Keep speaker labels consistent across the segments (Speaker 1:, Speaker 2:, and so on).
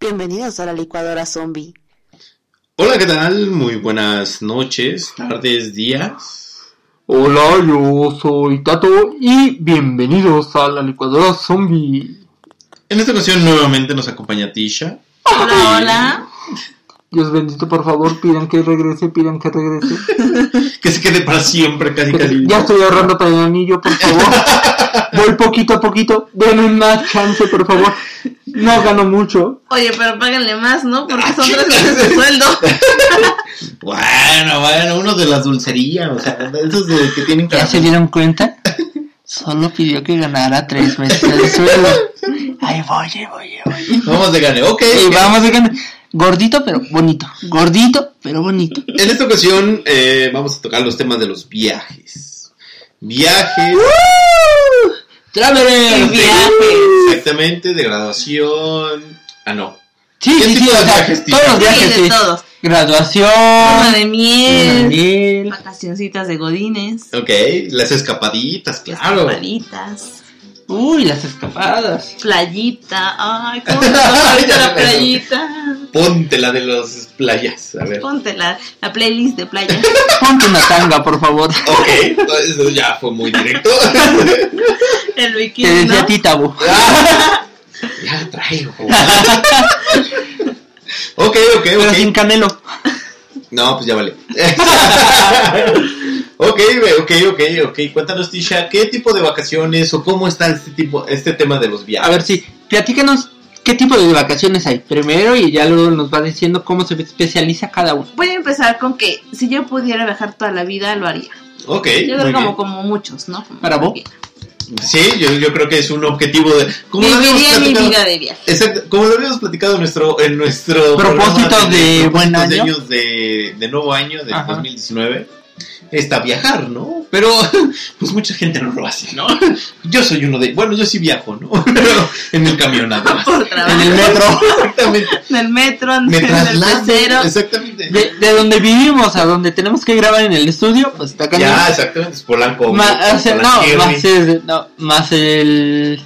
Speaker 1: Bienvenidos a la licuadora zombie.
Speaker 2: Hola, ¿qué tal? Muy buenas noches, tardes, días.
Speaker 3: Hola, yo soy Tato y bienvenidos a la licuadora zombie.
Speaker 2: En esta ocasión nuevamente nos acompaña Tisha.
Speaker 4: Hola, hola.
Speaker 3: Dios bendito, por favor, pidan que regrese, pidan que regrese.
Speaker 2: Que se quede para siempre, casi casi.
Speaker 3: Ya estoy ahorrando para el anillo, por favor. Voy poquito a poquito. Denme más chance, por favor. No gano mucho.
Speaker 4: Oye, pero páganle más, ¿no?
Speaker 5: Ah,
Speaker 4: Porque son tres veces su sueldo.
Speaker 2: Bueno, bueno, uno de las dulcerías, o sea, de esos de que tienen
Speaker 5: ¿Ya se
Speaker 2: que
Speaker 5: dieron cuenta? Solo pidió que ganara tres meses el sueldo. Ahí voy, ahí voy, ahí voy.
Speaker 2: Vamos de gane, ok.
Speaker 5: Y
Speaker 2: ok.
Speaker 5: vamos a ganar. Gordito pero bonito. Gordito pero bonito.
Speaker 2: En esta ocasión eh, vamos a tocar los temas de los viajes. Viajes.
Speaker 5: ¡Traveler!
Speaker 2: Exactamente, de graduación. Ah, no.
Speaker 5: Sí,
Speaker 2: ¿Qué
Speaker 5: sí, sí,
Speaker 2: tipo de
Speaker 5: o
Speaker 2: viajes tiene?
Speaker 5: sea, todos los
Speaker 4: Sí,
Speaker 5: viajes,
Speaker 4: de
Speaker 5: sí.
Speaker 4: todos. Luna
Speaker 5: Graduación,
Speaker 4: de
Speaker 5: luna de
Speaker 4: miel,
Speaker 5: miel,
Speaker 4: vacacioncitas de godines,
Speaker 2: Ok, las escapaditas, claro.
Speaker 4: escapaditas,
Speaker 5: uy, las escapadas.
Speaker 4: playita. Ay, cómo me gusta ahorita la playita.
Speaker 2: Ponte la de las playas, a ver.
Speaker 4: Ponte la, la playlist de playa.
Speaker 5: Ponte una tanga, por favor.
Speaker 2: Ok, eso ya fue muy directo.
Speaker 4: El
Speaker 5: Te
Speaker 4: bikini,
Speaker 5: decía
Speaker 4: ¿no?
Speaker 5: a ti, Tabo.
Speaker 2: Eh, ya la traigo. ok, ok,
Speaker 5: Pero sin
Speaker 2: ok.
Speaker 5: canelo.
Speaker 2: No, pues ya vale. ok, ok, ok, ok. Cuéntanos, Tisha, ¿qué tipo de vacaciones o cómo está este tipo, este tema de los viajes?
Speaker 5: A ver, sí, platícanos qué tipo de vacaciones hay primero y ya luego nos va diciendo cómo se especializa cada uno.
Speaker 4: Voy a empezar con que si yo pudiera viajar toda la vida, lo haría.
Speaker 2: Ok,
Speaker 4: Yo
Speaker 2: muy
Speaker 4: creo como,
Speaker 2: bien.
Speaker 4: como muchos, ¿no? Como
Speaker 5: ¿Para vos?
Speaker 2: Sí, yo, yo creo que es un objetivo de... ¿Cómo lo habíamos
Speaker 4: Viviría mi
Speaker 2: platicado?
Speaker 4: vida de viaje.
Speaker 2: Exacto, como lo habíamos platicado en nuestro, en nuestro
Speaker 5: Propósito
Speaker 2: programa
Speaker 5: de buen
Speaker 2: propósitos de
Speaker 5: año.
Speaker 2: años de, de nuevo año de
Speaker 5: Ajá.
Speaker 2: 2019 está viajar, ¿no? Pero pues mucha gente no lo hace, ¿no? Yo soy uno de, bueno, yo sí viajo, ¿no? Pero en el camión nada más.
Speaker 4: Por trabajo.
Speaker 5: En el metro.
Speaker 2: Exactamente.
Speaker 4: En el metro,
Speaker 2: Me
Speaker 4: en el
Speaker 2: traslado.
Speaker 4: pecero.
Speaker 2: Exactamente.
Speaker 5: De, de donde vivimos a donde tenemos que grabar en el estudio, pues está cañón.
Speaker 2: Ya, exactamente, es Polanco.
Speaker 5: Ma- o sea, no,
Speaker 2: Polanquirri.
Speaker 5: más es- no, más el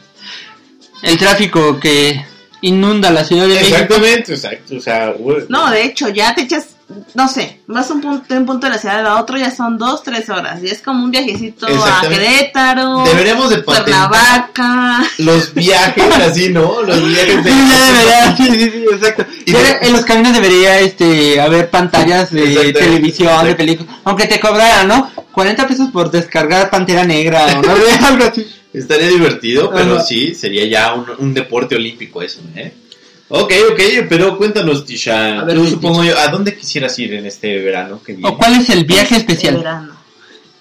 Speaker 5: el tráfico que inunda la ciudad de México.
Speaker 2: Exactamente, exacto, o sea, güey.
Speaker 4: No, de hecho, ya te echas, no sé, vas un punto, de un punto de la ciudad a otro, ya son dos, tres horas. Y es como un viajecito a
Speaker 2: Exactamente.
Speaker 4: Querétaro,
Speaker 2: Deberíamos de patentar
Speaker 4: Cuernavaca.
Speaker 2: los viajes así, ¿no? Los viajes de...
Speaker 5: Sí, ya debería, sí, sí, sí, exacto.
Speaker 2: Y
Speaker 5: Ya
Speaker 2: de-
Speaker 5: en los camiones debería este haber pantallas de
Speaker 2: Exacto,
Speaker 5: televisión, de
Speaker 2: exacto.
Speaker 5: películas, aunque te cobraran, ¿no? 40 pesos por descargar Pantera Negra o no, algo así.
Speaker 2: Estaría divertido, pero
Speaker 5: Ajá.
Speaker 2: sí, sería ya un, un deporte olímpico eso, ¿eh? Ok, ok, pero cuéntanos, Tisha.
Speaker 5: A ver,
Speaker 2: tú
Speaker 5: sí,
Speaker 2: supongo yo, ¿a dónde quisieras ir en este verano que viene?
Speaker 5: ¿O cuál es el viaje
Speaker 4: de
Speaker 5: especial?
Speaker 4: verano.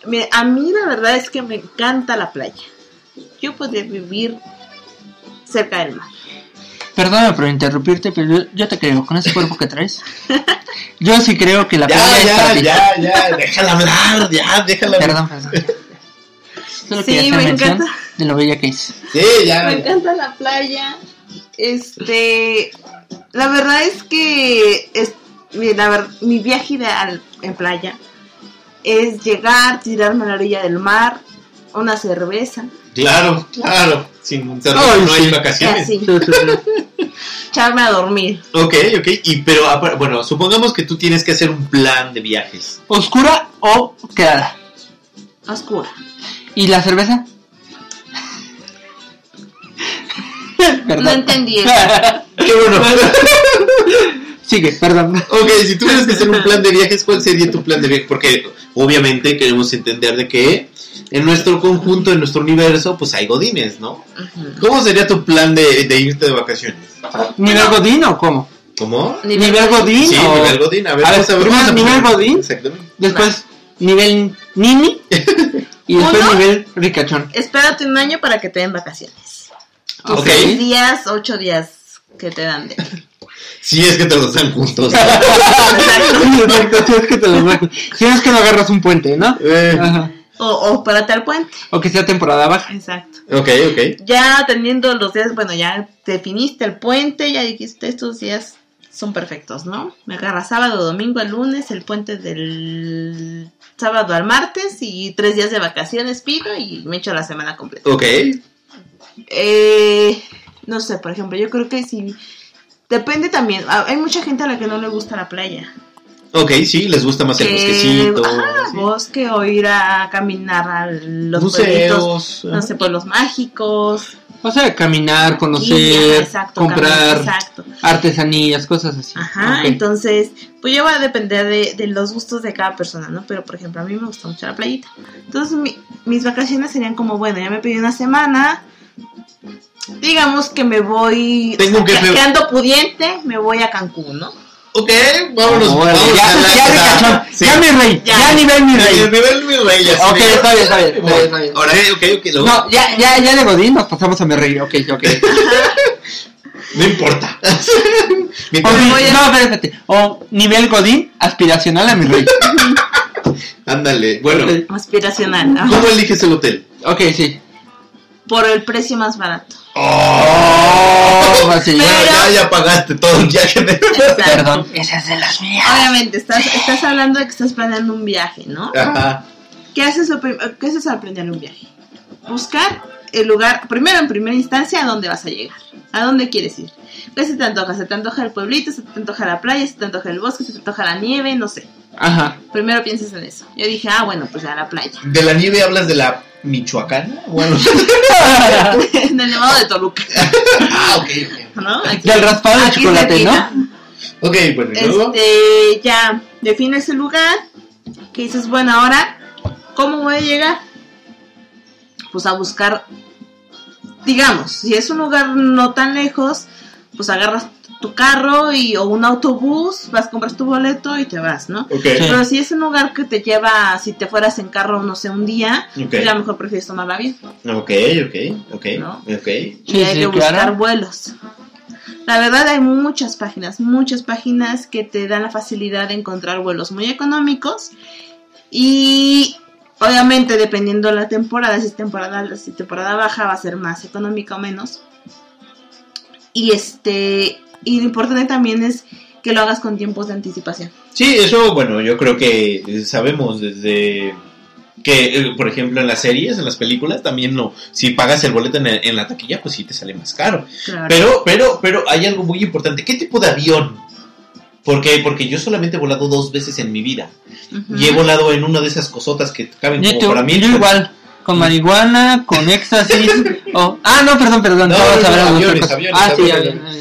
Speaker 4: Mira, a mí la verdad es que me encanta la playa. Yo podría vivir cerca del mar.
Speaker 5: Perdóname por interrumpirte, pero yo, yo te creo, con ese cuerpo que traes. Yo sí creo que la playa
Speaker 2: ya,
Speaker 5: es para
Speaker 2: ya,
Speaker 5: ti.
Speaker 2: ya, ya, déjala hablar, ya, déjala hablar.
Speaker 5: Perdón, perdón. Solo
Speaker 4: Sí,
Speaker 5: quería hacer
Speaker 4: me
Speaker 5: mención
Speaker 4: encanta.
Speaker 5: de lo bella que es.
Speaker 2: Sí,
Speaker 4: Me
Speaker 2: ya.
Speaker 4: encanta la playa. Este, la verdad es que es, mi, la ver- mi viaje ideal en playa es llegar, tirarme a la orilla del mar, una cerveza,
Speaker 2: Claro, claro. Sin cerveza
Speaker 5: Ay,
Speaker 2: no hay
Speaker 5: sí.
Speaker 2: vacaciones.
Speaker 4: así, echarme a dormir.
Speaker 2: Ok, ok, y pero, apar- bueno, supongamos que tú tienes que hacer un plan de viajes.
Speaker 5: ¿Oscura o quedada?
Speaker 4: a Oscura.
Speaker 5: ¿Y la cerveza? Perdón.
Speaker 4: No entendí.
Speaker 2: Qué bueno.
Speaker 5: Sigue, perdón.
Speaker 2: Ok, si tú tienes que hacer un plan de viajes, ¿cuál sería tu plan de viaje? Porque obviamente queremos entender de que en nuestro conjunto, en nuestro universo, pues hay godines, ¿no?
Speaker 4: Ujú.
Speaker 2: ¿Cómo sería tu plan de, de irte de vacaciones?
Speaker 5: ¿Nivel Godín o cómo?
Speaker 2: ¿Cómo?
Speaker 4: Nivel-
Speaker 5: ¿Nivel Godín
Speaker 2: Sí,
Speaker 5: o
Speaker 2: nivel godín. A ver,
Speaker 5: A ver,
Speaker 2: vamos a ver,
Speaker 5: primero
Speaker 2: vamos a
Speaker 5: nivel
Speaker 2: poner-
Speaker 5: godín.
Speaker 2: Exactamente.
Speaker 5: después nivel Nini? Y después
Speaker 4: ¿Uno?
Speaker 5: nivel Ricachón.
Speaker 4: Espérate un año para que te den vacaciones. Tus
Speaker 2: Ok.
Speaker 4: seis días, ocho días que te dan de
Speaker 2: Si es que te los dan juntos.
Speaker 5: Sí, Exacto, si es que te lo bajo. Si es que no agarras un puente, ¿no?
Speaker 2: Eh,
Speaker 5: Ajá.
Speaker 4: o, o para tal puente.
Speaker 5: O que sea temporada baja.
Speaker 4: Exacto.
Speaker 2: ok, ok.
Speaker 4: ya teniendo los días, bueno, ya definiste el puente, ya dijiste estos días son perfectos, ¿no? Me agarra sábado, domingo, el lunes, el puente del sábado al martes y tres días de vacaciones pido y me echo la semana completa.
Speaker 2: Ok.
Speaker 4: Eh, no sé, por ejemplo, yo creo que si... Depende también, ah, hay mucha gente a la que no le gusta la playa.
Speaker 2: Ok, sí, les gusta más el bosquecito.
Speaker 4: Eh, ajá,
Speaker 2: sí.
Speaker 4: bosque o ir a caminar a los pueblitos,
Speaker 2: Museos.
Speaker 4: no sé, pueblos mágicos.
Speaker 6: O sea, caminar,
Speaker 4: India,
Speaker 6: conocer,
Speaker 4: exacto,
Speaker 6: comprar
Speaker 4: caminar, exacto.
Speaker 6: artesanías, cosas así.
Speaker 4: Ajá,
Speaker 6: Ok.
Speaker 4: entonces, pues ya va a depender de, de los gustos de cada persona, ¿no? Pero, por ejemplo, a mí me gusta mucho la playita. Entonces, mi- mis vacaciones serían como, bueno, ya me pedí una semana. Digamos que me voy,
Speaker 2: Tengo que
Speaker 4: que-
Speaker 2: pre-
Speaker 4: que ando pudiente, me voy a Cancún, ¿no?
Speaker 2: Ok,
Speaker 5: Ah,
Speaker 2: vámonos.
Speaker 6: Órale,
Speaker 2: vámonos
Speaker 6: ya,
Speaker 2: a la-
Speaker 6: ya,
Speaker 2: a la-
Speaker 6: ricachón,
Speaker 2: sí.
Speaker 6: ya mi rey,
Speaker 4: Ya.
Speaker 6: ya, nivel mi
Speaker 2: Ya,
Speaker 6: rey.
Speaker 2: nivel mi rey, así
Speaker 6: Ok,
Speaker 2: de-
Speaker 6: está bien, está bien, está bien, está bien.
Speaker 2: Ahora, ok, ok, luego- no.
Speaker 6: No, ya, ya, ya de Godín nos pasamos a mi rey, ok, ok.
Speaker 2: importa.
Speaker 6: O
Speaker 2: Mientras-
Speaker 6: mi- no, espérate. O nivel Godín aspiracional a mi rey.
Speaker 2: Ándale, bueno,
Speaker 6: Ok.
Speaker 4: Aspiracional, ¿no?
Speaker 2: ¿cómo eliges el hotel?
Speaker 6: Ok, sí.
Speaker 4: Por el precio más barato.
Speaker 6: Oh, así.
Speaker 2: Bueno,
Speaker 4: Pero-
Speaker 2: ya, ya pagaste todo, ya que te...
Speaker 4: Exacto.
Speaker 6: Perdón, esa es de las mías.
Speaker 4: Obviamente, estás, estás hablando de que estás planeando un viaje, ¿no?
Speaker 2: Ajá.
Speaker 4: ¿Qué haces, lo prim- ¿Qué haces al planear un viaje? Buscar el lugar, primero en primera instancia, a dónde vas a llegar, a dónde quieres ir. ¿Qué se te antoja? ¿Se te antoja el pueblito? ¿Se te antoja la playa? ¿Se te antoja el bosque? ¿Se te antoja la nieve? No sé.
Speaker 6: Ajá.
Speaker 4: Primero piensas en eso. Yo dije, ah, bueno, pues a la playa.
Speaker 2: ¿De la nieve hablas de la Michoacana? Bueno,
Speaker 4: en el nevado de Toluca,
Speaker 2: ah, ok, ok.
Speaker 4: ¿no? Aquí-
Speaker 6: Del raspado de
Speaker 4: aquí
Speaker 6: chocolate,
Speaker 4: cerquita.
Speaker 6: ¿no?
Speaker 2: Ok, bueno, ¿y luego?
Speaker 4: Este, ya, defines el lugar. Que dices, bueno, ahora, ¿cómo voy a llegar? Pues a buscar, digamos, si es un lugar no tan lejos, pues agarras tu carro y, o un autobús, vas, compras tu boleto y te vas, ¿no?
Speaker 2: Ok,
Speaker 6: Sí.
Speaker 4: Pero si es un lugar que te lleva, si te fueras en carro, no sé, un día,
Speaker 2: Ok.
Speaker 4: pues a lo mejor prefieres tomar la vía
Speaker 2: ok, ok, ok,
Speaker 4: No.
Speaker 2: ok.
Speaker 4: y
Speaker 6: Sí,
Speaker 4: hay
Speaker 6: sí,
Speaker 4: que buscar
Speaker 6: claro.
Speaker 4: vuelos. La verdad hay muchas páginas, muchas páginas que te dan la facilidad de encontrar vuelos muy económicos y obviamente dependiendo la temporada, si es temporada alta, si es temporada baja va a ser más económica o menos. Y este y lo importante también es que lo hagas con tiempos de anticipación.
Speaker 2: Sí, eso, bueno, yo creo que eh, sabemos desde que, eh, por ejemplo, en las series, en las películas, también no. Si pagas el boleto en, el- en la taquilla, pues sí te sale más caro.
Speaker 4: Claro.
Speaker 2: Pero, pero, pero hay algo muy importante. ¿Qué tipo de avión? ¿Por qué? Porque yo solamente he volado dos veces en mi vida.
Speaker 4: Ujú.
Speaker 2: Y he volado en una de esas cosotas que caben
Speaker 6: Yo,
Speaker 2: como
Speaker 6: te-
Speaker 2: para mí. pues,
Speaker 6: yo igual, con marihuana, con éxtasis. o- ah, no, perdón, perdón.
Speaker 2: No,
Speaker 6: tú vas
Speaker 2: no,
Speaker 6: a ver
Speaker 2: no,
Speaker 6: algo
Speaker 2: aviones,
Speaker 6: otra cosa.
Speaker 2: aviones,
Speaker 6: ah, sí,
Speaker 2: aviones.
Speaker 6: aviones.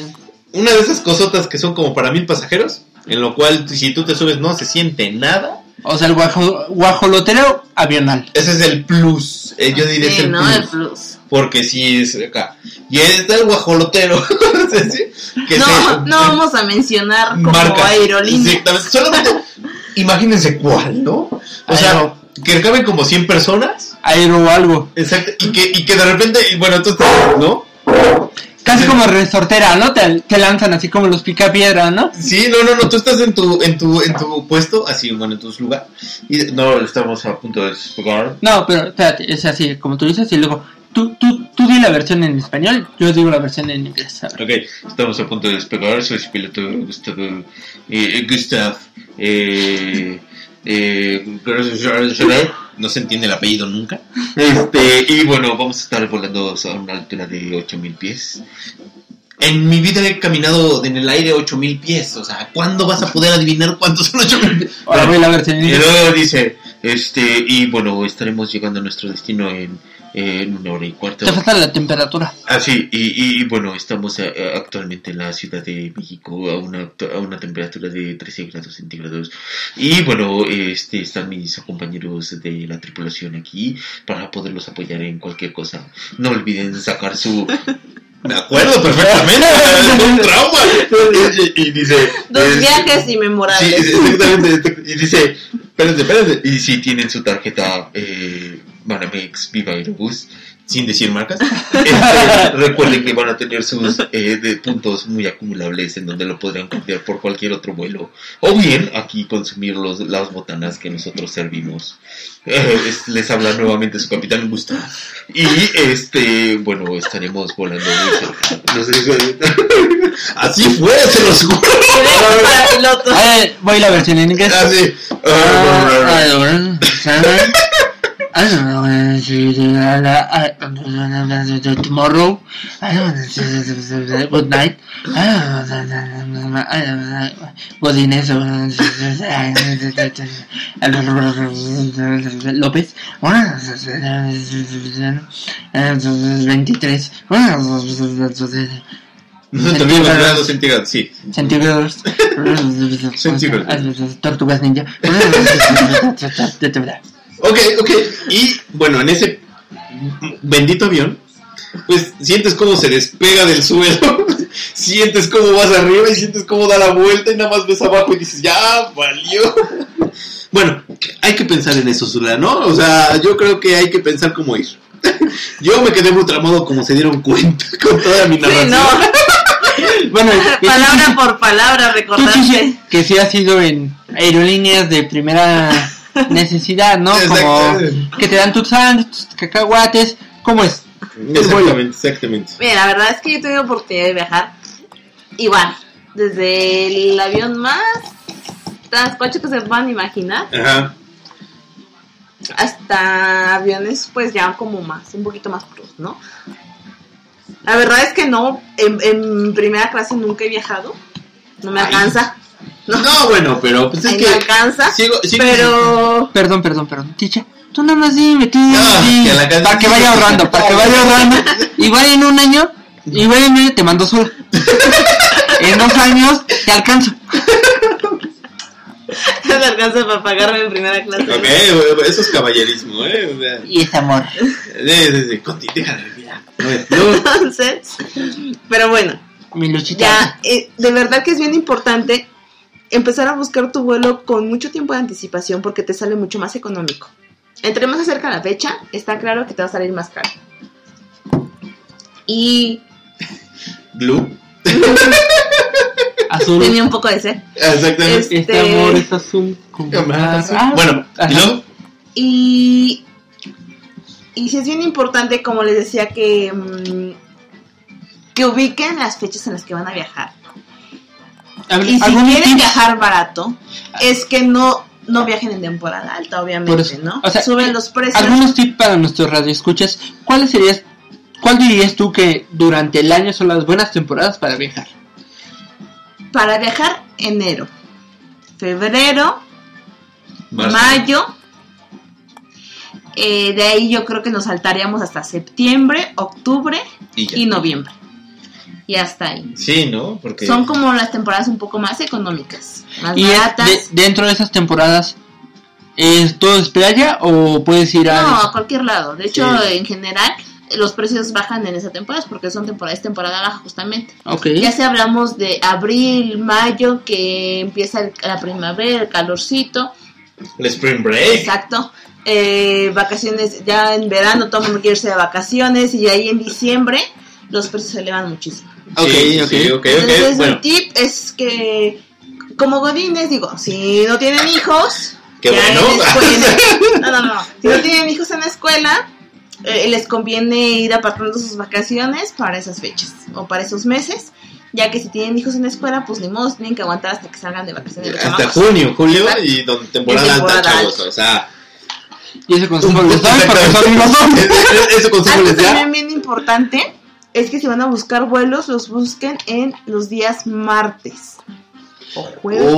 Speaker 2: Una de esas cosotas que son como para mil pasajeros, en lo cual si tú te subes no se siente nada.
Speaker 6: O sea, el guajo- guajolotero avional.
Speaker 2: Ese es el plus. eh, yo diría es
Speaker 4: Sí,
Speaker 2: el
Speaker 4: ¿no?
Speaker 2: plus.
Speaker 4: El plus.
Speaker 2: Porque si es acá. Y está el guajolotero. no sé si- que
Speaker 4: No,
Speaker 2: se-
Speaker 4: no vamos a mencionar como
Speaker 2: marcas.
Speaker 4: aerolínea.
Speaker 2: Exactamente. Solamente imagínense cuál, ¿no? O sea,
Speaker 6: Aero.
Speaker 2: que caben como 100 personas.
Speaker 6: Aero algo.
Speaker 2: Exacto. Y que, y que de repente, y bueno, tú estás, ¿no?
Speaker 6: Casi
Speaker 2: Sí.
Speaker 6: como resortera, ¿no? Te, te lanzan así como los pica piedra, ¿no?
Speaker 2: Sí, no, no, no, tú estás en tu, en tu, en tu puesto, así, bueno, en tu lugar. Y no, estamos a punto de despegar.
Speaker 6: No, pero espérate, es así, como tú dices, y luego tú, tú, tú di la versión en español, yo digo la versión en inglés. a ver.
Speaker 2: Ok, estamos a punto de despegar, soy su piloto Gustavo, eh, Gustav, eh, eh, no se entiende el apellido nunca. Este, y bueno, vamos a estar volando a una altura de 8000 pies. En mi vida he caminado en el aire 8000 pies, o sea, ¿cuándo vas a poder adivinar cuántos son 8000 pies?
Speaker 6: Ahora voy a la versión en
Speaker 2: Y
Speaker 6: inglés.
Speaker 2: luego dice, este, y bueno, estaremos llegando a nuestro destino en, eh, en una hora y cuarto.
Speaker 6: Te falta la temperatura.
Speaker 2: Ah, sí, y, y, y bueno, estamos eh, eh, actualmente en la Ciudad de México a una, act- a una temperatura de 13 grados centígrados. Y bueno, este, están mis compañeros de la tripulación aquí para poderlos apoyar en cualquier cosa. No olviden sacar su... Me acuerdo perfectamente, es un trauma. Y, y- y dice...
Speaker 4: Dos
Speaker 2: eh,
Speaker 4: viajes
Speaker 2: Sí,
Speaker 4: inmemorables.
Speaker 2: exactamente. Y dice, espérense, espérense. Y si tienen su tarjeta eh, Banamex Viva Aerobús, sin decir marcas, este, recuerden que van a tener sus eh, de puntos muy acumulables en donde lo podrán cambiar por cualquier otro vuelo. O bien aquí consumir los, las botanas que nosotros servimos. Eh, es- les habla nuevamente su capitán Gustavo. Y este, bueno, estaremos volando muy cerca. No sé si- Así fue, se los juro.
Speaker 4: para piloto.
Speaker 5: A ver, voy la versión
Speaker 4: Ah,
Speaker 2: Ah,
Speaker 5: en inglés.
Speaker 2: Así.
Speaker 5: I don't know when she did that, I don't know when I did it tomorrow. I don't know she did it good night. I don't know I don't know Godínez López. Veintitrés.
Speaker 2: También los grados centígrados, sí.
Speaker 5: Centígrados.
Speaker 2: Centígrados.
Speaker 5: Tortugas ninja.
Speaker 2: Ok, ok. Y bueno, en ese bendito avión, pues sientes cómo se despega del suelo, sientes cómo vas arriba y sientes cómo da la vuelta y nada más ves abajo y dices, ya, valió. Bueno, hay que pensar en eso, Zula, ¿no? O sea, yo creo que hay que pensar cómo ir. Yo me quedé muy tramado como se dieron cuenta con toda mi
Speaker 4: Sí,
Speaker 2: narración.
Speaker 4: no.
Speaker 5: Bueno,
Speaker 4: palabra por palabra
Speaker 5: Tú sí, sí,
Speaker 4: recordarte.
Speaker 5: que sí ha sido en aerolíneas de primera necesidad, ¿no? Como
Speaker 2: Exacto.
Speaker 5: que te dan tus sándwiches, tus cacahuates, ¿cómo es?
Speaker 2: Exactamente, exactamente.
Speaker 4: Mira, la verdad es que yo tuve la oportunidad de viajar igual, desde el avión más transcoche que se puedan imaginar,
Speaker 2: Ajá.
Speaker 4: hasta aviones pues ya como más, un poquito más cruz, ¿no? La verdad es que no, en, en primera clase nunca he viajado, no me
Speaker 2: Ay.
Speaker 4: alcanza,
Speaker 2: No, bueno, pero pues es
Speaker 4: ahí no
Speaker 2: que
Speaker 4: alcanza,
Speaker 2: sigo, sigo
Speaker 4: pero...
Speaker 5: Perdón, perdón, perdón, ticha. Tú nada más dime, tú dime,
Speaker 2: Ah, que la canción-
Speaker 5: para que vaya ahorrando, para que vaya ahorrando. Igual en un año, igual en un año te mando sola. En dos años te alcanzo.
Speaker 4: no me alcanza para pagarme en primera clase.
Speaker 2: Ok, eso es caballerismo, ¿eh? O sea,
Speaker 5: Y es amor.
Speaker 2: sí, sí, sí, conti- déjala, mira. A ver, luego-
Speaker 4: Entonces, pero bueno,
Speaker 5: Mi luchita.
Speaker 4: ya, eh, de verdad que es bien importante empezar a buscar tu vuelo con mucho tiempo de anticipación porque te sale mucho más económico. Entre más se acerca la fecha, está claro que te va a salir más caro. Y
Speaker 2: Blue.
Speaker 5: Azul.
Speaker 4: tenía un poco de sed.
Speaker 2: Ah, Exactamente. Ah,
Speaker 4: Este-
Speaker 5: Este amor es azul. con Ah,
Speaker 4: ah,
Speaker 5: mar.
Speaker 2: Bueno,
Speaker 5: Ajá.
Speaker 2: ¿y luego?
Speaker 4: Y, y sí es bien importante, como les decía, que, mm, que ubiquen las fechas en las que van a viajar. Y si
Speaker 5: ¿Algún
Speaker 4: quieren
Speaker 5: tip?
Speaker 4: viajar barato, es que no, no viajen en temporada alta, obviamente,
Speaker 5: Por eso.
Speaker 4: ¿no?
Speaker 5: O sea,
Speaker 4: Suben los precios.
Speaker 5: Algunos tips para nuestros radioescuchas. ¿Cuáles serías, cuál dirías tú que durante el año son las buenas temporadas para viajar?
Speaker 4: Para viajar, enero, febrero,
Speaker 2: Marzo.
Speaker 4: mayo. Eh, de ahí yo creo que nos saltaríamos hasta septiembre, octubre
Speaker 2: Y ya.
Speaker 4: y noviembre. Y hasta ahí.
Speaker 2: Sí, ¿no? Porque.
Speaker 4: Son como las temporadas un poco más económicas, más
Speaker 5: Y es
Speaker 4: baratas.
Speaker 5: de- dentro de esas temporadas, ¿es todo es playa o puedes ir a...
Speaker 4: No, a cualquier lado. De hecho,
Speaker 2: Sí.
Speaker 4: en general, los precios bajan en esa temporada porque son temporadas, temporada baja justamente.
Speaker 5: Ok.
Speaker 4: Ya si hablamos de abril, mayo, que empieza el- la primavera, el calorcito,
Speaker 2: El Spring Break.
Speaker 4: exacto. Eh, vacaciones, ya en verano todo el mundo quiere irse de vacaciones y ahí en diciembre los precios se elevan muchísimo.
Speaker 2: Ok,
Speaker 5: Sí,
Speaker 2: ok,
Speaker 5: sí.
Speaker 2: ok,
Speaker 4: Entonces,
Speaker 2: ok. Bueno,
Speaker 4: mi tip es que, como Godines, digo, si no tienen hijos,
Speaker 2: qué
Speaker 4: ya
Speaker 2: bueno.
Speaker 4: en la escuela- no, no, no. Si no tienen hijos en la escuela, eh, les conviene ir apartando sus vacaciones para esas fechas o para esos meses. Ya que si tienen hijos en la escuela, pues ni modo, tienen que aguantar hasta que salgan de vacaciones. los
Speaker 2: Hasta
Speaker 4: chamacos.
Speaker 2: junio, julio y don- temporada alta,
Speaker 4: Temporada
Speaker 2: chavos.
Speaker 4: alta.
Speaker 2: O sea.
Speaker 5: Y ese consejo les doy porque son amigos.
Speaker 2: Eso consejo
Speaker 4: Algo
Speaker 2: les da.
Speaker 4: Ah, pues también bien importante es que si van a buscar vuelos, los busquen en los días martes o jueves.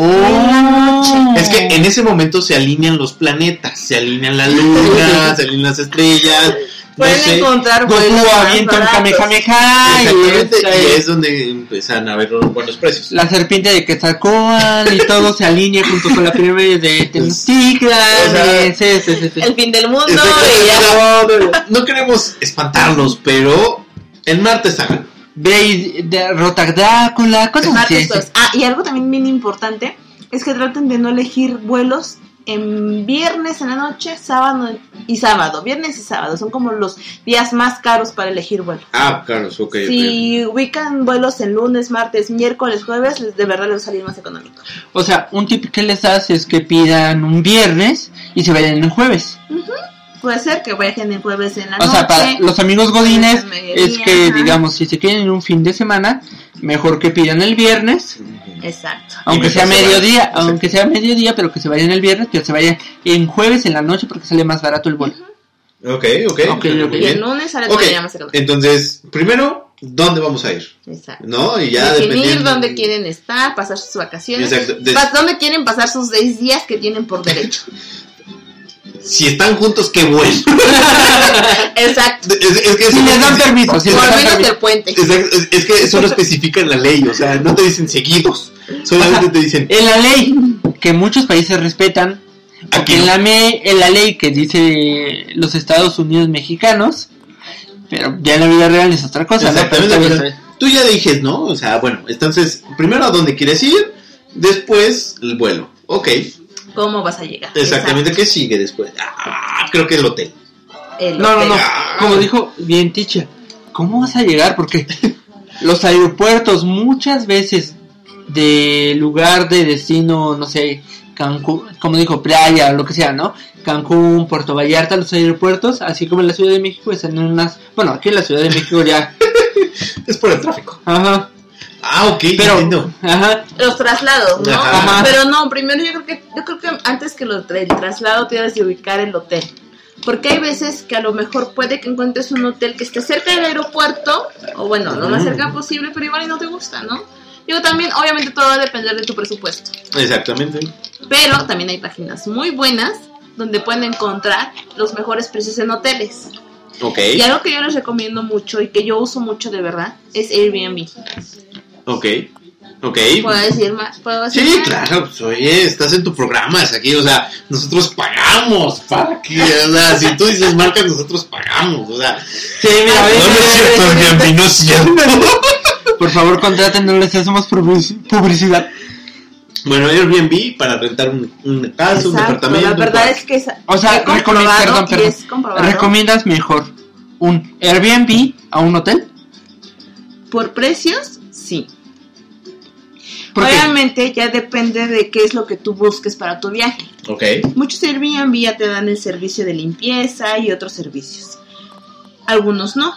Speaker 5: Oh.
Speaker 2: Es que en ese momento se alinean los planetas, se alinean la luna, se alinean las estrellas. No
Speaker 4: Pueden
Speaker 2: sé.
Speaker 4: encontrar vuelos.
Speaker 5: Goku
Speaker 4: más
Speaker 5: avienta un
Speaker 4: baratos.
Speaker 5: kamehameha y
Speaker 2: Exactamente,
Speaker 5: esta
Speaker 2: y
Speaker 5: es eh,
Speaker 2: es donde empiezan a ver los buenos precios.
Speaker 5: la serpiente de Quetzalcóatl y todo se alinea junto con la pirámide de Tenochtitlan.
Speaker 2: O sea,
Speaker 5: y sí, sí, sí, sí.
Speaker 4: El fin del mundo
Speaker 2: Exactamente,
Speaker 4: y ya.
Speaker 2: o sea, No queremos espantarlos, pero en martes hagan.
Speaker 5: Ve y derrotar Drácula, cosas así.
Speaker 4: Martes, jueves. Ah, y algo también bien importante es que traten de no elegir vuelos en viernes en la noche, sábado y sábado. Viernes y sábado son como los días más caros para elegir vuelos.
Speaker 2: Ah, claro, ok. ok.
Speaker 4: Si ubican vuelos en lunes, martes, miércoles, jueves, les- de verdad les va a salir más económico.
Speaker 5: O sea, un tip que les das es que pidan un viernes y se vayan el jueves.
Speaker 4: Puede ser que viajen el jueves en la
Speaker 5: O
Speaker 4: noche.
Speaker 5: sea, para los amigos godines
Speaker 4: mediodía,
Speaker 5: es que,
Speaker 4: ajá.
Speaker 5: digamos, si se quieren un fin de semana, mejor que pidan el viernes,
Speaker 4: Exacto.
Speaker 5: aunque
Speaker 7: mejor
Speaker 5: sea
Speaker 7: se vayan.
Speaker 5: mediodía,
Speaker 7: Exacto.
Speaker 5: aunque sea mediodía, pero que se vayan el viernes, que se vayan en jueves en la noche porque sale más barato el vuelo.
Speaker 7: Ok, ok.
Speaker 5: Ok,
Speaker 7: muy
Speaker 5: ok.
Speaker 4: Y el
Speaker 7: bien.
Speaker 4: lunes a la
Speaker 2: Ok, Eh,
Speaker 4: tarde ya más cerca.
Speaker 2: entonces, primero, ¿dónde vamos a ir?
Speaker 4: Exacto.
Speaker 2: ¿No? Y ya
Speaker 4: Definir
Speaker 2: dependiendo-
Speaker 4: dónde quieren estar, pasar sus vacaciones.
Speaker 2: Exacto, de-
Speaker 4: pa- ¿Dónde quieren pasar sus seis días que tienen por derecho?
Speaker 2: Si están juntos, qué bueno.
Speaker 4: Exacto.
Speaker 2: Es, es que eso
Speaker 5: Si
Speaker 2: no
Speaker 5: les dan
Speaker 2: especifica-
Speaker 5: permiso, si les
Speaker 4: Por
Speaker 5: dan
Speaker 4: menos
Speaker 5: permiso.
Speaker 4: del puente.
Speaker 2: Exacto, es- es que eso no especifica en la ley, o sea, no te dicen seguidos, solamente
Speaker 5: Ajá.
Speaker 2: te dicen
Speaker 5: En la ley que muchos países respetan, o
Speaker 2: Aquí
Speaker 5: que en
Speaker 2: no.
Speaker 5: la, me- en la ley que dice los Estados Unidos mexicanos, pero ya en la vida real es otra cosa, ¿no? Pero
Speaker 2: Exactamente,
Speaker 5: está bien,
Speaker 2: pero
Speaker 5: está bien.
Speaker 2: tú ya dijes, ¿no? O sea, bueno, entonces, primero a dónde quieres ir, después el vuelo. Ok,
Speaker 4: ¿Cómo vas a llegar?
Speaker 2: exactamente, ¿qué sigue después? Ah, creo que el hotel.
Speaker 4: Exacto. El
Speaker 5: No, no, no.
Speaker 4: hotel.
Speaker 5: Como dijo bien Ticha, ¿cómo vas a llegar? Porque los aeropuertos muchas veces de lugar de destino, no sé, Cancún, como dijo, playa o lo que sea, ¿no? Cancún, Puerto Vallarta, los aeropuertos, así como en la Ciudad de México, están en unas... Bueno, aquí en la Ciudad de México ya...
Speaker 2: Es por el tráfico.
Speaker 5: Ajá.
Speaker 2: Ah, ok,
Speaker 5: Pero,
Speaker 2: entiendo.
Speaker 5: ajá,
Speaker 4: Los traslados, ¿no?
Speaker 2: Ajá.
Speaker 4: Pero no, primero yo creo que, yo creo que antes que lo, el traslado tienes de ubicar el hotel. Porque hay veces que a lo mejor puede que encuentres un hotel que esté cerca del aeropuerto, o bueno, lo más
Speaker 2: Mm.
Speaker 4: cerca posible, pero igual y no te gusta, ¿no? Digo, también, obviamente todo va a depender de tu presupuesto.
Speaker 2: Exactamente.
Speaker 4: Pero también hay páginas muy buenas donde pueden encontrar los mejores precios en hoteles.
Speaker 2: Ok,
Speaker 4: Y algo que yo les recomiendo mucho y que yo uso mucho de verdad es Airbnb.
Speaker 2: ok, ok.
Speaker 4: ¿Puedo decir más? ¿Puedo decir
Speaker 2: Sí,
Speaker 4: más?
Speaker 2: claro, pues, oye, estás en tu programa, es aquí, o sea, nosotros pagamos para que, o sea, si tú dices marcas, nosotros pagamos, o sea,
Speaker 5: sí, mira, a
Speaker 2: no,
Speaker 5: ver,
Speaker 2: no es cierto, Airbnb, no es cierto.
Speaker 5: por favor contraten, no les hacemos publici- publicidad.
Speaker 2: Bueno, Airbnb para rentar un, un casa, un
Speaker 4: Exacto,
Speaker 2: departamento.
Speaker 4: La
Speaker 2: un
Speaker 4: verdad
Speaker 2: cuarto.
Speaker 4: es que es
Speaker 5: O sea,
Speaker 4: he
Speaker 5: recomiendo-
Speaker 4: comprobado
Speaker 5: perdón,
Speaker 4: y
Speaker 5: perdón.
Speaker 4: es comprobado
Speaker 5: ¿Recomiendas mejor un Airbnb a un hotel?
Speaker 4: por precios, sí.
Speaker 5: ¿Por qué?
Speaker 4: Obviamente ya depende de qué es lo que tú busques para tu viaje.
Speaker 7: Ok.
Speaker 4: Muchos Airbnb ya te dan el servicio de limpieza y otros servicios. Algunos no.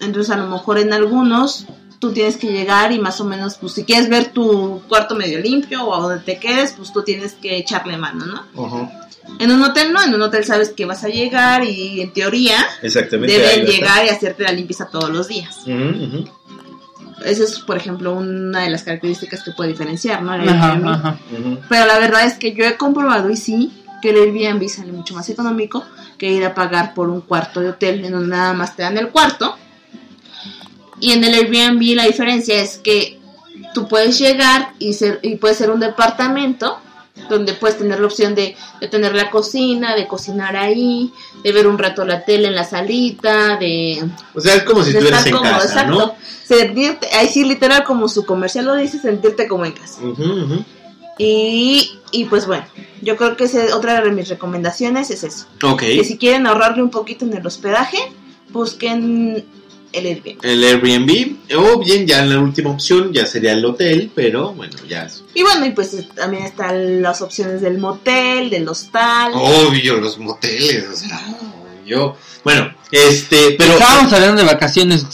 Speaker 4: Entonces a lo mejor en algunos tú tienes que llegar y más o menos, pues si quieres ver tu cuarto medio limpio o a donde te quedes, pues tú tienes que echarle mano, ¿no? En un hotel no, en un hotel sabes que vas a llegar y en teoría
Speaker 7: Exactamente. ahí va
Speaker 4: deben
Speaker 7: a estar.
Speaker 4: llegar y hacerte la limpieza todos los días.
Speaker 7: Ujú, ujú,
Speaker 4: Esa es, por ejemplo, una de las características que puede diferenciar, ¿no? El
Speaker 5: Ajá,
Speaker 4: Airbnb.
Speaker 5: ajá.
Speaker 7: ujú.
Speaker 4: Pero la verdad es que yo he comprobado y sí que el Airbnb sale mucho más económico que ir a pagar por un cuarto de hotel en donde nada más te dan el cuarto. Y en el Airbnb la diferencia es que tú puedes llegar y, ser, y puede ser un departamento donde puedes tener la opción de, de tener la cocina, de cocinar ahí, de ver un rato la tele en la salita, de
Speaker 2: O sea, es como si
Speaker 4: de
Speaker 2: estuvieras
Speaker 4: estar
Speaker 2: en
Speaker 4: cómodo,
Speaker 2: casa, ¿no?
Speaker 4: exacto. Sentirte, ahí sí literal como su comercial lo dice, sentirte como en casa.
Speaker 2: Ujú, ujú.
Speaker 4: Y, y pues bueno, yo creo que esa es otra de mis recomendaciones es eso.
Speaker 2: Ok.
Speaker 4: Que si quieren ahorrarle un poquito en el hospedaje, busquen el Airbnb.
Speaker 2: El Airbnb, o bien ya en la última opción ya sería el hotel, pero bueno, ya. es-
Speaker 4: Y bueno, y pues eh, también están las opciones del motel, del hostal.
Speaker 2: Oh, Obvio, los moteles, o sea, yo. Bueno, este, pero
Speaker 5: Estábamos hablando de vacaciones,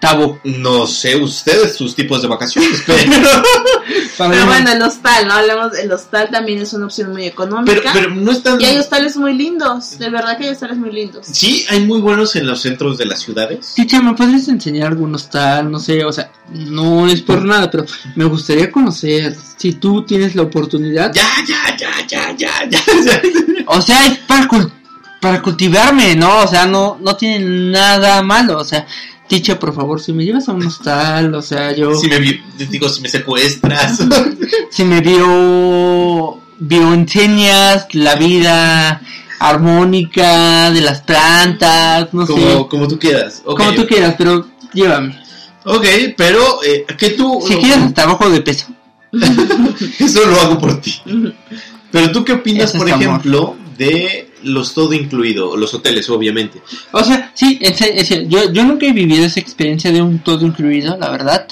Speaker 5: Tabo.
Speaker 2: no sé ustedes sus tipos de vacaciones, pero,
Speaker 4: Pero bueno, el hostal, ¿no? Hablamos, el hostal también es una opción muy económica.
Speaker 2: pero, pero no están.
Speaker 4: y hay hostales muy lindos, de verdad que hay hostales muy lindos.
Speaker 2: Sí, hay muy buenos en los centros de las ciudades.
Speaker 5: Ticha, ¿me podrías enseñar algunos tal? No sé, o sea, no es por nada, pero me gustaría conocer si tú tienes la oportunidad.
Speaker 2: Ya, ya, ya, ya, ya, ya.
Speaker 5: O sea, es para, cul- para cultivarme, ¿no? O sea, no, no tiene nada malo. O sea, Ticha, por favor, si me llevas a un hostal, o sea, yo...
Speaker 2: Si me, vi- digo, si me secuestras.
Speaker 5: se me vio vio enseñas la vida armónica de las plantas no sé
Speaker 2: como, como tú quieras. Ok,
Speaker 5: como tú quieras pero llévame
Speaker 2: Ok, pero eh, que tú...
Speaker 5: si quieres hasta abajo de peso
Speaker 2: Eso lo hago por ti. Pero tú qué opinas,
Speaker 5: Eso es
Speaker 2: por
Speaker 5: amor.
Speaker 2: ejemplo, de los todo incluido, los hoteles, obviamente.
Speaker 5: o sea sí en se- en se- yo yo nunca he vivido esa experiencia de un todo incluido la verdad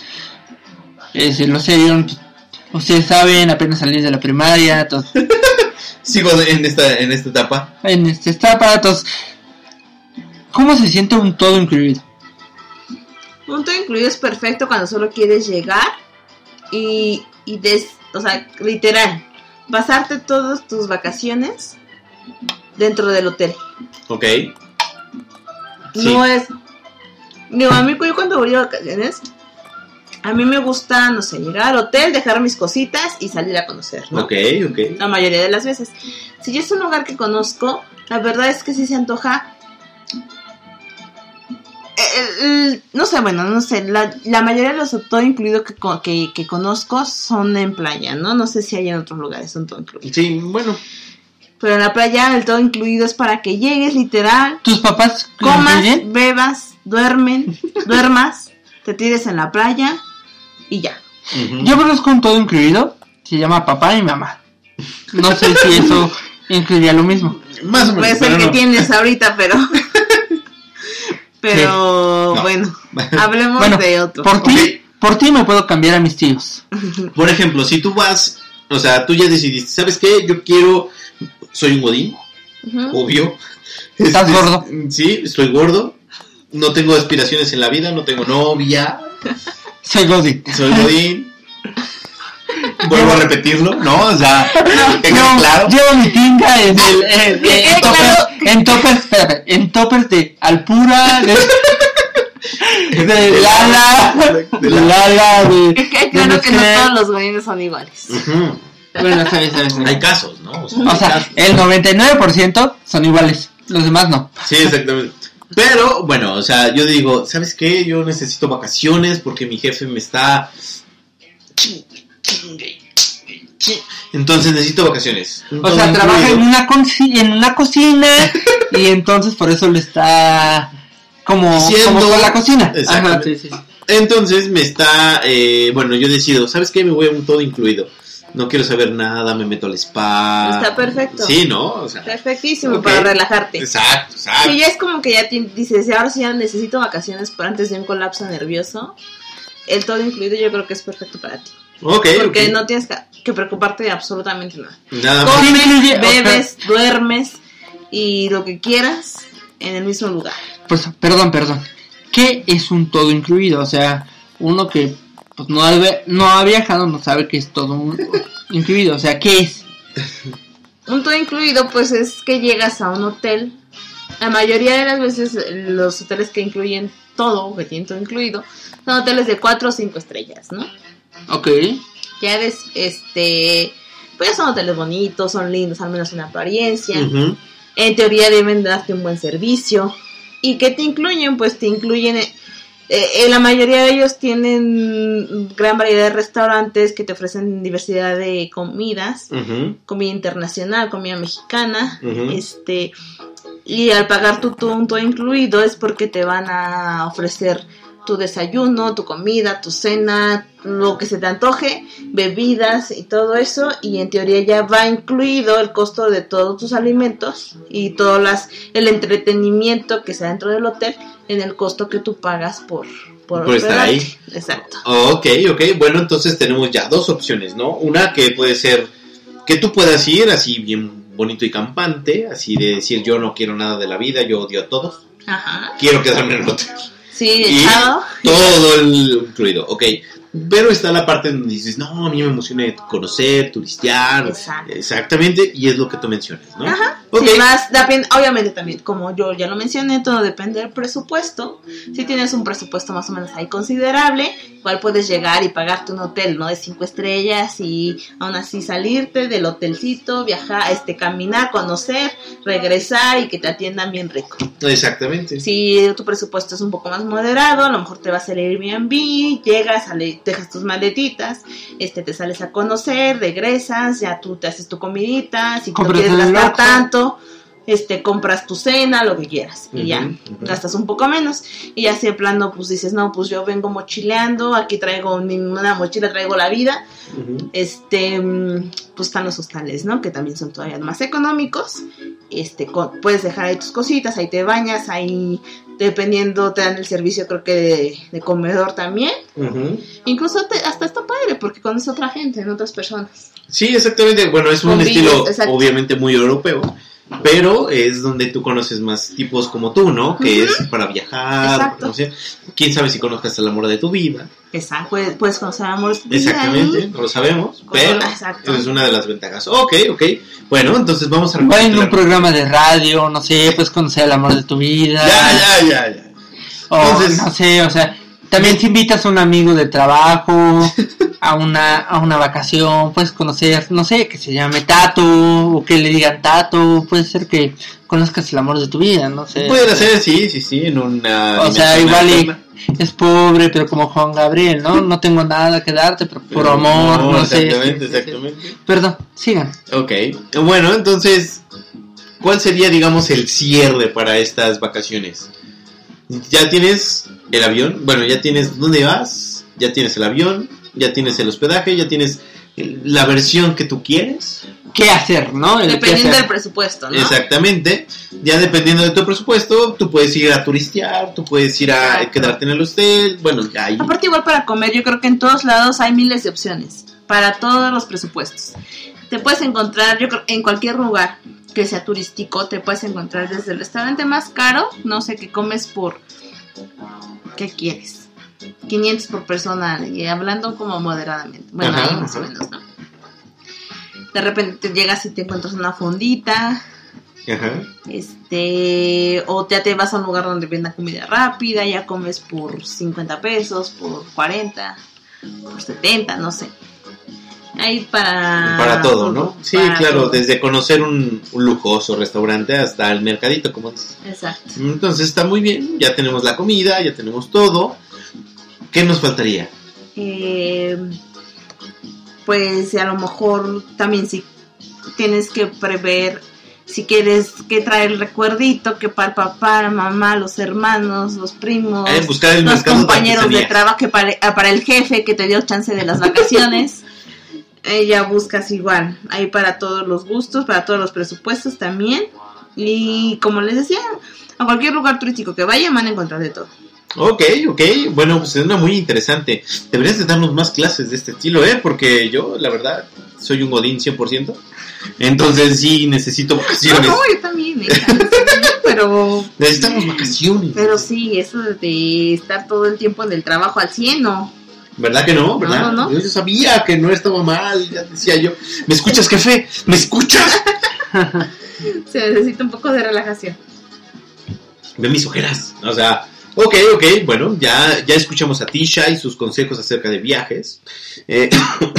Speaker 5: Es decir, no sé yo- ustedes saben apenas salí de la primaria todos
Speaker 2: Sigo en esta, en esta etapa.
Speaker 5: en este estaba todos ¿Cómo se siente un todo incluido?
Speaker 4: Un todo incluido es perfecto cuando solo quieres llegar y, y des, o sea, literal, pasarte todas tus vacaciones dentro del hotel.
Speaker 8: Ok. Sí.
Speaker 4: No es. Digo, a mí yo cuando voy a vacaciones, a mí me gusta, no sé, llegar al hotel, dejar mis cositas y salir a conocer, ¿no?
Speaker 8: Ok, ok.
Speaker 4: La mayoría de las veces. Si yo es un lugar que conozco, la verdad es que sí se antoja. el- el- no sé, bueno, no sé. La, la mayoría de los todo incluido que, co- que, que conozco son en playa, ¿no? No sé si hay en otros lugares un todo incluido.
Speaker 8: Sí, bueno.
Speaker 4: Pero en la playa el todo incluido es para que llegues, literal,
Speaker 5: ¿Tus papás lo
Speaker 4: comas,
Speaker 5: incluyen?
Speaker 4: bebas, duermen, duermas, te tires en la playa y ya.
Speaker 8: Ujú.
Speaker 5: Yo conozco un todo incluido, se llama papá y mamá. No sé si eso incluiría lo mismo.
Speaker 2: Más o menos.
Speaker 4: Puede ser
Speaker 2: pero
Speaker 4: que
Speaker 2: no.
Speaker 4: tienes ahorita, pero. pero
Speaker 8: Sí. No.
Speaker 4: bueno, hablemos
Speaker 5: Bueno,
Speaker 4: de otro.
Speaker 5: Por ti, por ti me puedo cambiar a mis tíos.
Speaker 2: Por ejemplo, si tú vas, o sea, tú ya decidiste, ¿sabes qué? Yo quiero, soy un godín,
Speaker 4: Ujú.
Speaker 2: obvio.
Speaker 5: Estás
Speaker 2: Este,
Speaker 5: gordo.
Speaker 2: Sí, estoy gordo. No tengo aspiraciones en la vida, no tengo novia,
Speaker 5: Soy Godin.
Speaker 2: soy godín. Vuelvo a repetirlo, ¿no? O sea, que quede claro.
Speaker 5: Llevo mi tinga en el, en-
Speaker 4: Que quede
Speaker 5: en toppers,
Speaker 4: claro
Speaker 5: en toppers, espérate, en toppers de Alpura, de, de Lala, de
Speaker 2: De Lala.
Speaker 5: Lala, de,
Speaker 4: Es que hay
Speaker 5: de
Speaker 4: claro que no
Speaker 5: Nestlé.
Speaker 4: todos los godines son iguales.
Speaker 2: Ujú.
Speaker 5: Bueno, sabes, sabes.
Speaker 2: Hay casos, ¿no? O sea,
Speaker 5: O
Speaker 2: hay
Speaker 5: sea, eh.
Speaker 2: casos.
Speaker 5: el 99% son iguales, los demás no.
Speaker 2: Sí, exactamente. Pero bueno, o sea, yo digo, ¿sabes qué? Yo necesito vacaciones porque mi jefe me está... chingue, chingue, chingue, chingue. Entonces necesito vacaciones.
Speaker 5: O sea,
Speaker 2: Todo
Speaker 5: trabaja en
Speaker 2: incluido.
Speaker 5: una, conci- en una cocina y entonces por eso le está como,
Speaker 2: Siendo-
Speaker 5: como con la cocina. Ajá,
Speaker 2: Exactamente.
Speaker 5: sí, sí. sí.
Speaker 2: Entonces me está... eh, bueno, yo decido, ¿sabes qué? Me voy a un todo incluido. No quiero saber nada, me meto al spa.
Speaker 4: Está perfecto.
Speaker 2: Sí, ¿no? O sea,
Speaker 4: Perfectísimo
Speaker 2: Ok.
Speaker 4: para relajarte.
Speaker 2: exacto, exacto.
Speaker 4: Si ya es como que ya te- dices, "Ya, ahora sí ya necesito vacaciones por antes de un colapso nervioso, el todo incluido yo creo que es perfecto para ti.
Speaker 2: Ok,
Speaker 4: Porque
Speaker 2: ok.
Speaker 4: no tienes ca- que preocuparte de absolutamente nada.
Speaker 2: Nada más.
Speaker 4: Comes,
Speaker 5: incluye-
Speaker 4: bebes, duermes y lo que quieras en el mismo lugar.
Speaker 5: Pues, perdón, perdón. ¿Qué es un todo incluido? O sea, uno que pues, no, ha, no ha viajado no sabe que es todo un- incluido. O sea, ¿qué es?
Speaker 4: Un todo incluido, pues es que llegas a un hotel. La mayoría de las veces eh, los hoteles que incluyen todo, que tienen todo incluido, son hoteles de 4 o 5 estrellas, ¿no?
Speaker 5: Ok.
Speaker 4: Ya ves, este, pues son hoteles bonitos, son lindos, al menos en apariencia.
Speaker 2: Ujú.
Speaker 4: En teoría deben darte un buen servicio. ¿Y qué te incluyen? Pues te incluyen, eh, eh, la mayoría de ellos tienen gran variedad de restaurantes que te ofrecen diversidad de comidas
Speaker 2: Ujú.
Speaker 4: comida internacional, comida mexicana,
Speaker 2: Ujú.
Speaker 4: este y al pagar tu punto incluido es porque te van a ofrecer tu desayuno, tu comida, tu cena, lo que se te antoje, bebidas y todo eso y en teoría ya va incluido el costo de todos tus alimentos y todas las el entretenimiento que sea dentro del hotel en el costo que tú pagas por
Speaker 2: Por estar
Speaker 4: hospedarte.
Speaker 2: ahí.
Speaker 4: Exacto.
Speaker 2: Ok, ok. Bueno, entonces tenemos ya dos opciones, ¿no? Una que puede ser que tú puedas ir así bien bonito y campante, así de decir yo no quiero nada de la vida, yo odio a todos,
Speaker 4: Ajá.
Speaker 2: quiero quedarme en el hotel.
Speaker 4: Sí,
Speaker 2: Y-
Speaker 4: echado.
Speaker 2: Todo el incluido, ok. Pero está la parte donde dices, no, a mí me emociona conocer, turistear.
Speaker 4: Exacto.
Speaker 2: Exactamente, y es lo que tú mencionas, ¿no?
Speaker 4: Ajá.
Speaker 2: Ok.
Speaker 4: Sí, más depende- obviamente también, como yo ya lo mencioné, todo depende del presupuesto. Si tienes un presupuesto más o menos ahí considerable, igual puedes llegar y pagarte un hotel, ¿no? De cinco estrellas y aún así salirte del hotelcito, viajar, este, caminar, conocer, regresar y que te atiendan bien rico.
Speaker 2: Exactamente.
Speaker 4: Si tu presupuesto es un poco más moderado, a lo mejor te va a salir Airbnb, llegas, sale- dejas tus maletitas, este, te sales a conocer, regresas, ya tú te haces tu comidita, si
Speaker 5: Compras
Speaker 4: no
Speaker 5: en
Speaker 4: quieres
Speaker 5: el
Speaker 4: gastar
Speaker 5: Oxxo.
Speaker 4: tanto, este, compras tu cena, lo que quieras, y ya.
Speaker 2: Ujú, ujú.
Speaker 4: Gastas un poco menos y así de plano pues dices, no, pues yo vengo mochileando, aquí traigo mi- una mochila, traigo la vida,
Speaker 2: Ujú.
Speaker 4: este, mm, pues están los hostales, ¿no? Que también son todavía más económicos. Este, con- puedes dejar ahí tus cositas, ahí te bañas, ahí dependiendo te dan el servicio creo que de, de comedor también.
Speaker 2: Ujú.
Speaker 4: Incluso te- hasta está padre porque conoces a otra gente, en otras personas.
Speaker 2: Sí, exactamente. Bueno, es un
Speaker 4: Convives,
Speaker 2: estilo
Speaker 4: exacto.
Speaker 2: obviamente muy europeo. Pero es donde tú conoces más tipos como tú, ¿no? Que es para viajar, para
Speaker 4: Exacto.
Speaker 2: conocer. Quién sabe si conozcas al amor de tu vida.
Speaker 4: Exacto. Puedes, puedes conocer amor.
Speaker 2: Exactamente, no lo sabemos,
Speaker 4: Con-
Speaker 2: pero
Speaker 4: exacto.
Speaker 2: es una de las ventajas. Ok, ok. Bueno, entonces vamos a
Speaker 5: Va en un
Speaker 2: recopilar.
Speaker 5: programa de radio, no sé, pues conocer el amor de tu vida.
Speaker 2: Ya, ya, ya, ya.
Speaker 5: O
Speaker 2: Entonces-
Speaker 5: no sé, o sea, también si invitas a un amigo de trabajo a una a una vacación, puedes conocer, no sé, que se llame Tato o que le digan Tato, puede ser que conozcas el amor de tu vida, no sé.
Speaker 2: Puede ser, sí, sí, sí, en una.
Speaker 5: O sea,
Speaker 2: dimensión
Speaker 5: igual
Speaker 2: alterna.
Speaker 5: y es pobre, pero como Juan Gabriel, ¿no? No tengo nada que darte, pero por
Speaker 2: pues, Pero
Speaker 5: amor, no, sé.
Speaker 2: Exactamente,
Speaker 5: Sí, sí, sí.
Speaker 2: exactamente.
Speaker 5: Perdón, sigan.
Speaker 2: Ok. Bueno, entonces, ¿cuál sería, digamos, el cierre para estas vacaciones? Ya tienes el avión, bueno, ya tienes dónde vas, ya tienes el avión, ya tienes el hospedaje, ya tienes la versión que tú quieres.
Speaker 5: ¿Qué hacer, no? El qué
Speaker 4: Dependiendo
Speaker 5: hacer.
Speaker 4: del presupuesto, ¿no?
Speaker 2: Exactamente. Ya dependiendo de tu presupuesto, tú puedes ir a turistear, tú puedes ir a
Speaker 4: Exacto.
Speaker 2: quedarte en el hostel, bueno, ya ahí.
Speaker 4: Aparte igual para comer, yo creo que en todos lados hay miles de opciones para todos los presupuestos. Te puedes encontrar, yo creo, en cualquier lugar que sea turístico, te puedes encontrar desde el restaurante más caro, no sé qué comes por qué quieres. 500 por persona y hablando como moderadamente. Bueno,
Speaker 2: Ajá,
Speaker 4: ahí más o
Speaker 2: ajá.
Speaker 4: menos, ¿no? De repente te llegas y te encuentras una fondita,
Speaker 2: Ajá.
Speaker 4: este, o ya te vas a un lugar donde vendan comida rápida, ya comes por 50 pesos, por 40, por 70, no sé. Ahí para...
Speaker 2: Para todo, ¿no? Sí,
Speaker 4: ah, para
Speaker 2: claro,
Speaker 4: todo.
Speaker 2: desde conocer un, un lujoso restaurante hasta el mercadito, como dices.
Speaker 4: Exacto.
Speaker 2: Entonces está muy bien, ya tenemos la comida, ya tenemos todo. ¿Qué nos faltaría?
Speaker 4: Eh, pues a lo mejor también si tienes que prever si quieres que traer el recuerdito que para el papá, la mamá, los hermanos, los primos,
Speaker 2: Eh, buscar el
Speaker 4: los
Speaker 2: mercado de
Speaker 4: compañeros de
Speaker 2: artesanía.
Speaker 4: trabajo que para, ah, para el jefe que te dio chance de las vacaciones. Ella buscas igual, hay para todos los gustos, para todos los presupuestos también. Y como les decía, a cualquier lugar turístico que vayan van a encontrar de todo.
Speaker 2: Ok, ok, bueno, pues es una muy interesante. Deberías de darnos más clases de este estilo, ¿eh? Porque yo, la verdad, soy un godín 100%. Entonces sí, necesito vacaciones.
Speaker 4: No, yo también, eh, pero
Speaker 2: Necesitamos vacaciones.
Speaker 4: pero sí, eso de estar todo el tiempo en el trabajo al 100, no.
Speaker 2: ¿Verdad que no? ¿Verdad?
Speaker 4: No, no, no.
Speaker 2: Yo sabía que no estaba mal, ya decía yo. ¿Me escuchas, jefe? ¿Me escuchas?
Speaker 4: Se necesita un poco de relajación.
Speaker 2: Ve mis ojeras. O sea, ok, ok, bueno, ya, ya escuchamos a Tisha y sus consejos acerca de viajes. Eh,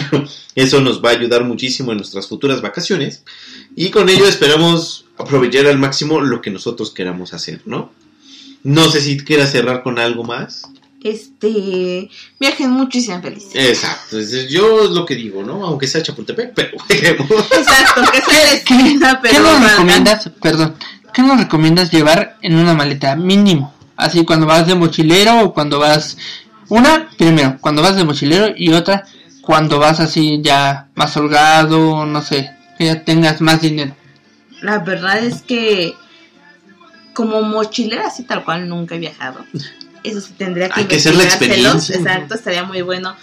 Speaker 2: eso nos va a ayudar muchísimo en nuestras futuras vacaciones. Y con ello esperamos aprovechar al máximo lo que nosotros queramos hacer, ¿no? No sé si quieras cerrar con algo más.
Speaker 4: Este, viajen mucho y sean felices.
Speaker 2: Exacto, es- yo es lo que digo, ¿no? Aunque sea Chapultepec, pero viajemos.
Speaker 4: Exacto, que sea la esquina, pero
Speaker 5: ¿Qué nos
Speaker 4: valga.
Speaker 5: recomiendas, perdón, qué nos recomiendas llevar en una maleta mínimo? Así cuando vas de mochilero o cuando vas una primero, cuando vas de mochilero y otra cuando vas así ya más holgado, no sé, que ya tengas más dinero.
Speaker 4: La verdad es que como mochilera así tal cual nunca he viajado. Eso sí tendría que
Speaker 2: Hay que hacer la
Speaker 4: investigárselo.
Speaker 2: experiencia.
Speaker 4: Exacto, estaría muy bueno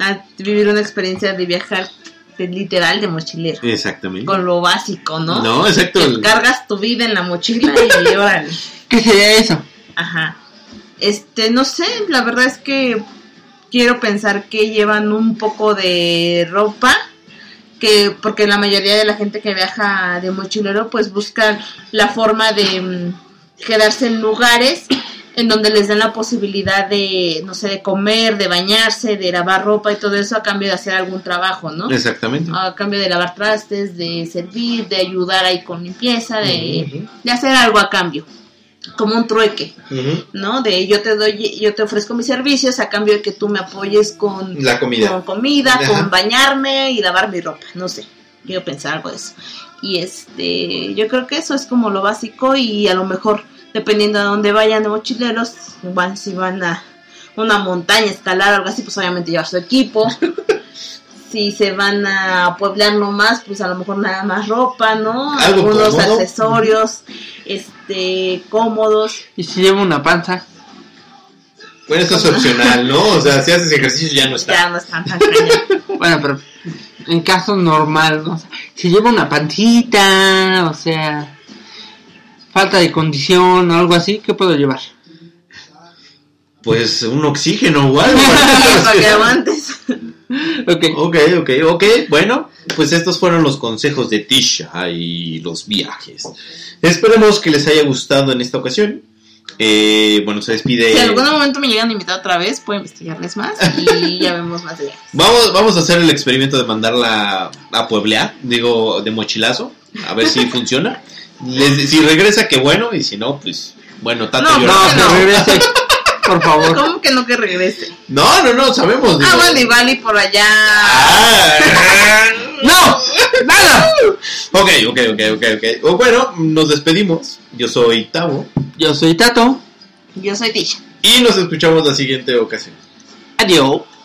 Speaker 4: ah, vivir una experiencia de viajar de- literal de mochilera.
Speaker 2: Exactamente.
Speaker 4: Con lo básico, ¿no?
Speaker 2: No, exacto.
Speaker 4: Que cargas tu vida en la mochila y órale.
Speaker 5: ¿Qué sería eso?
Speaker 4: Ajá. Este, no sé, la verdad es que quiero pensar que llevan un poco de ropa, que porque la mayoría de la gente que viaja de mochilero pues buscan la forma de mm, quedarse en lugares en donde les dan la posibilidad de, no sé, de comer, de bañarse, de lavar ropa y todo eso a cambio de hacer algún trabajo, ¿no?
Speaker 2: Exactamente.
Speaker 4: A cambio de lavar trastes, de servir, de ayudar ahí con limpieza, Ah, de,
Speaker 2: Ujú,
Speaker 4: de hacer algo a cambio, como un trueque.
Speaker 2: ujú.
Speaker 4: ¿no? De yo te doy, yo te ofrezco mis servicios a cambio de que tú me apoyes con
Speaker 2: La comida.
Speaker 4: con, comida,
Speaker 2: Ajá.
Speaker 4: con bañarme y lavar mi ropa, no sé, quiero pensar algo de eso. Y este, yo creo que eso es como lo básico y a lo mejor, dependiendo de dónde vayan de mochileros, van, si van a una montaña, escalar o algo así, pues obviamente llevar su equipo. si se van a pueblar nomás, pues a lo mejor nada más ropa, ¿no?
Speaker 2: Algo
Speaker 4: Algunos
Speaker 2: cómodo.
Speaker 4: accesorios, este, cómodos.
Speaker 5: ¿Y si llevo una panza?
Speaker 2: Bueno, eso es opcional, ¿no? O sea, si haces ejercicio ya no está.
Speaker 4: Ya no están tan cañón.
Speaker 5: Bueno, pero en caso normal, ¿no? si llevo una pancita, o sea, falta de condición o algo así, ¿qué puedo llevar?
Speaker 2: Pues un oxígeno o algo.
Speaker 4: Para que aguantes.
Speaker 5: Ok,
Speaker 2: ok, ok, ok. Bueno, pues estos fueron los consejos de Tisha y los viajes. Esperemos que les haya gustado en esta ocasión. Eh, bueno, se despide.
Speaker 4: Si en algún momento me llegan a invitar otra vez, puedo investigarles más y ya vemos más allá.
Speaker 2: Vamos, vamos a hacer el experimento de mandarla a pueblear, digo, de mochilazo, a ver si funciona. Les- si regresa, qué bueno, y si no, pues bueno, tanto
Speaker 4: No,
Speaker 5: no,
Speaker 2: llorando.
Speaker 5: que regrese, por favor.
Speaker 4: ¿Cómo que no que regrese?
Speaker 2: No, no, no, sabemos.
Speaker 4: Ah,
Speaker 2: digo.
Speaker 4: bueno, y Bali por allá.
Speaker 2: Ah.
Speaker 5: ¡No! ¡Nada!
Speaker 2: ok, ok, ok, ok, ok. O Bueno, nos despedimos. Yo soy Tavo.
Speaker 5: Yo soy Tato.
Speaker 4: Yo soy Tisha.
Speaker 2: Y nos escuchamos la siguiente ocasión.
Speaker 5: Adiós.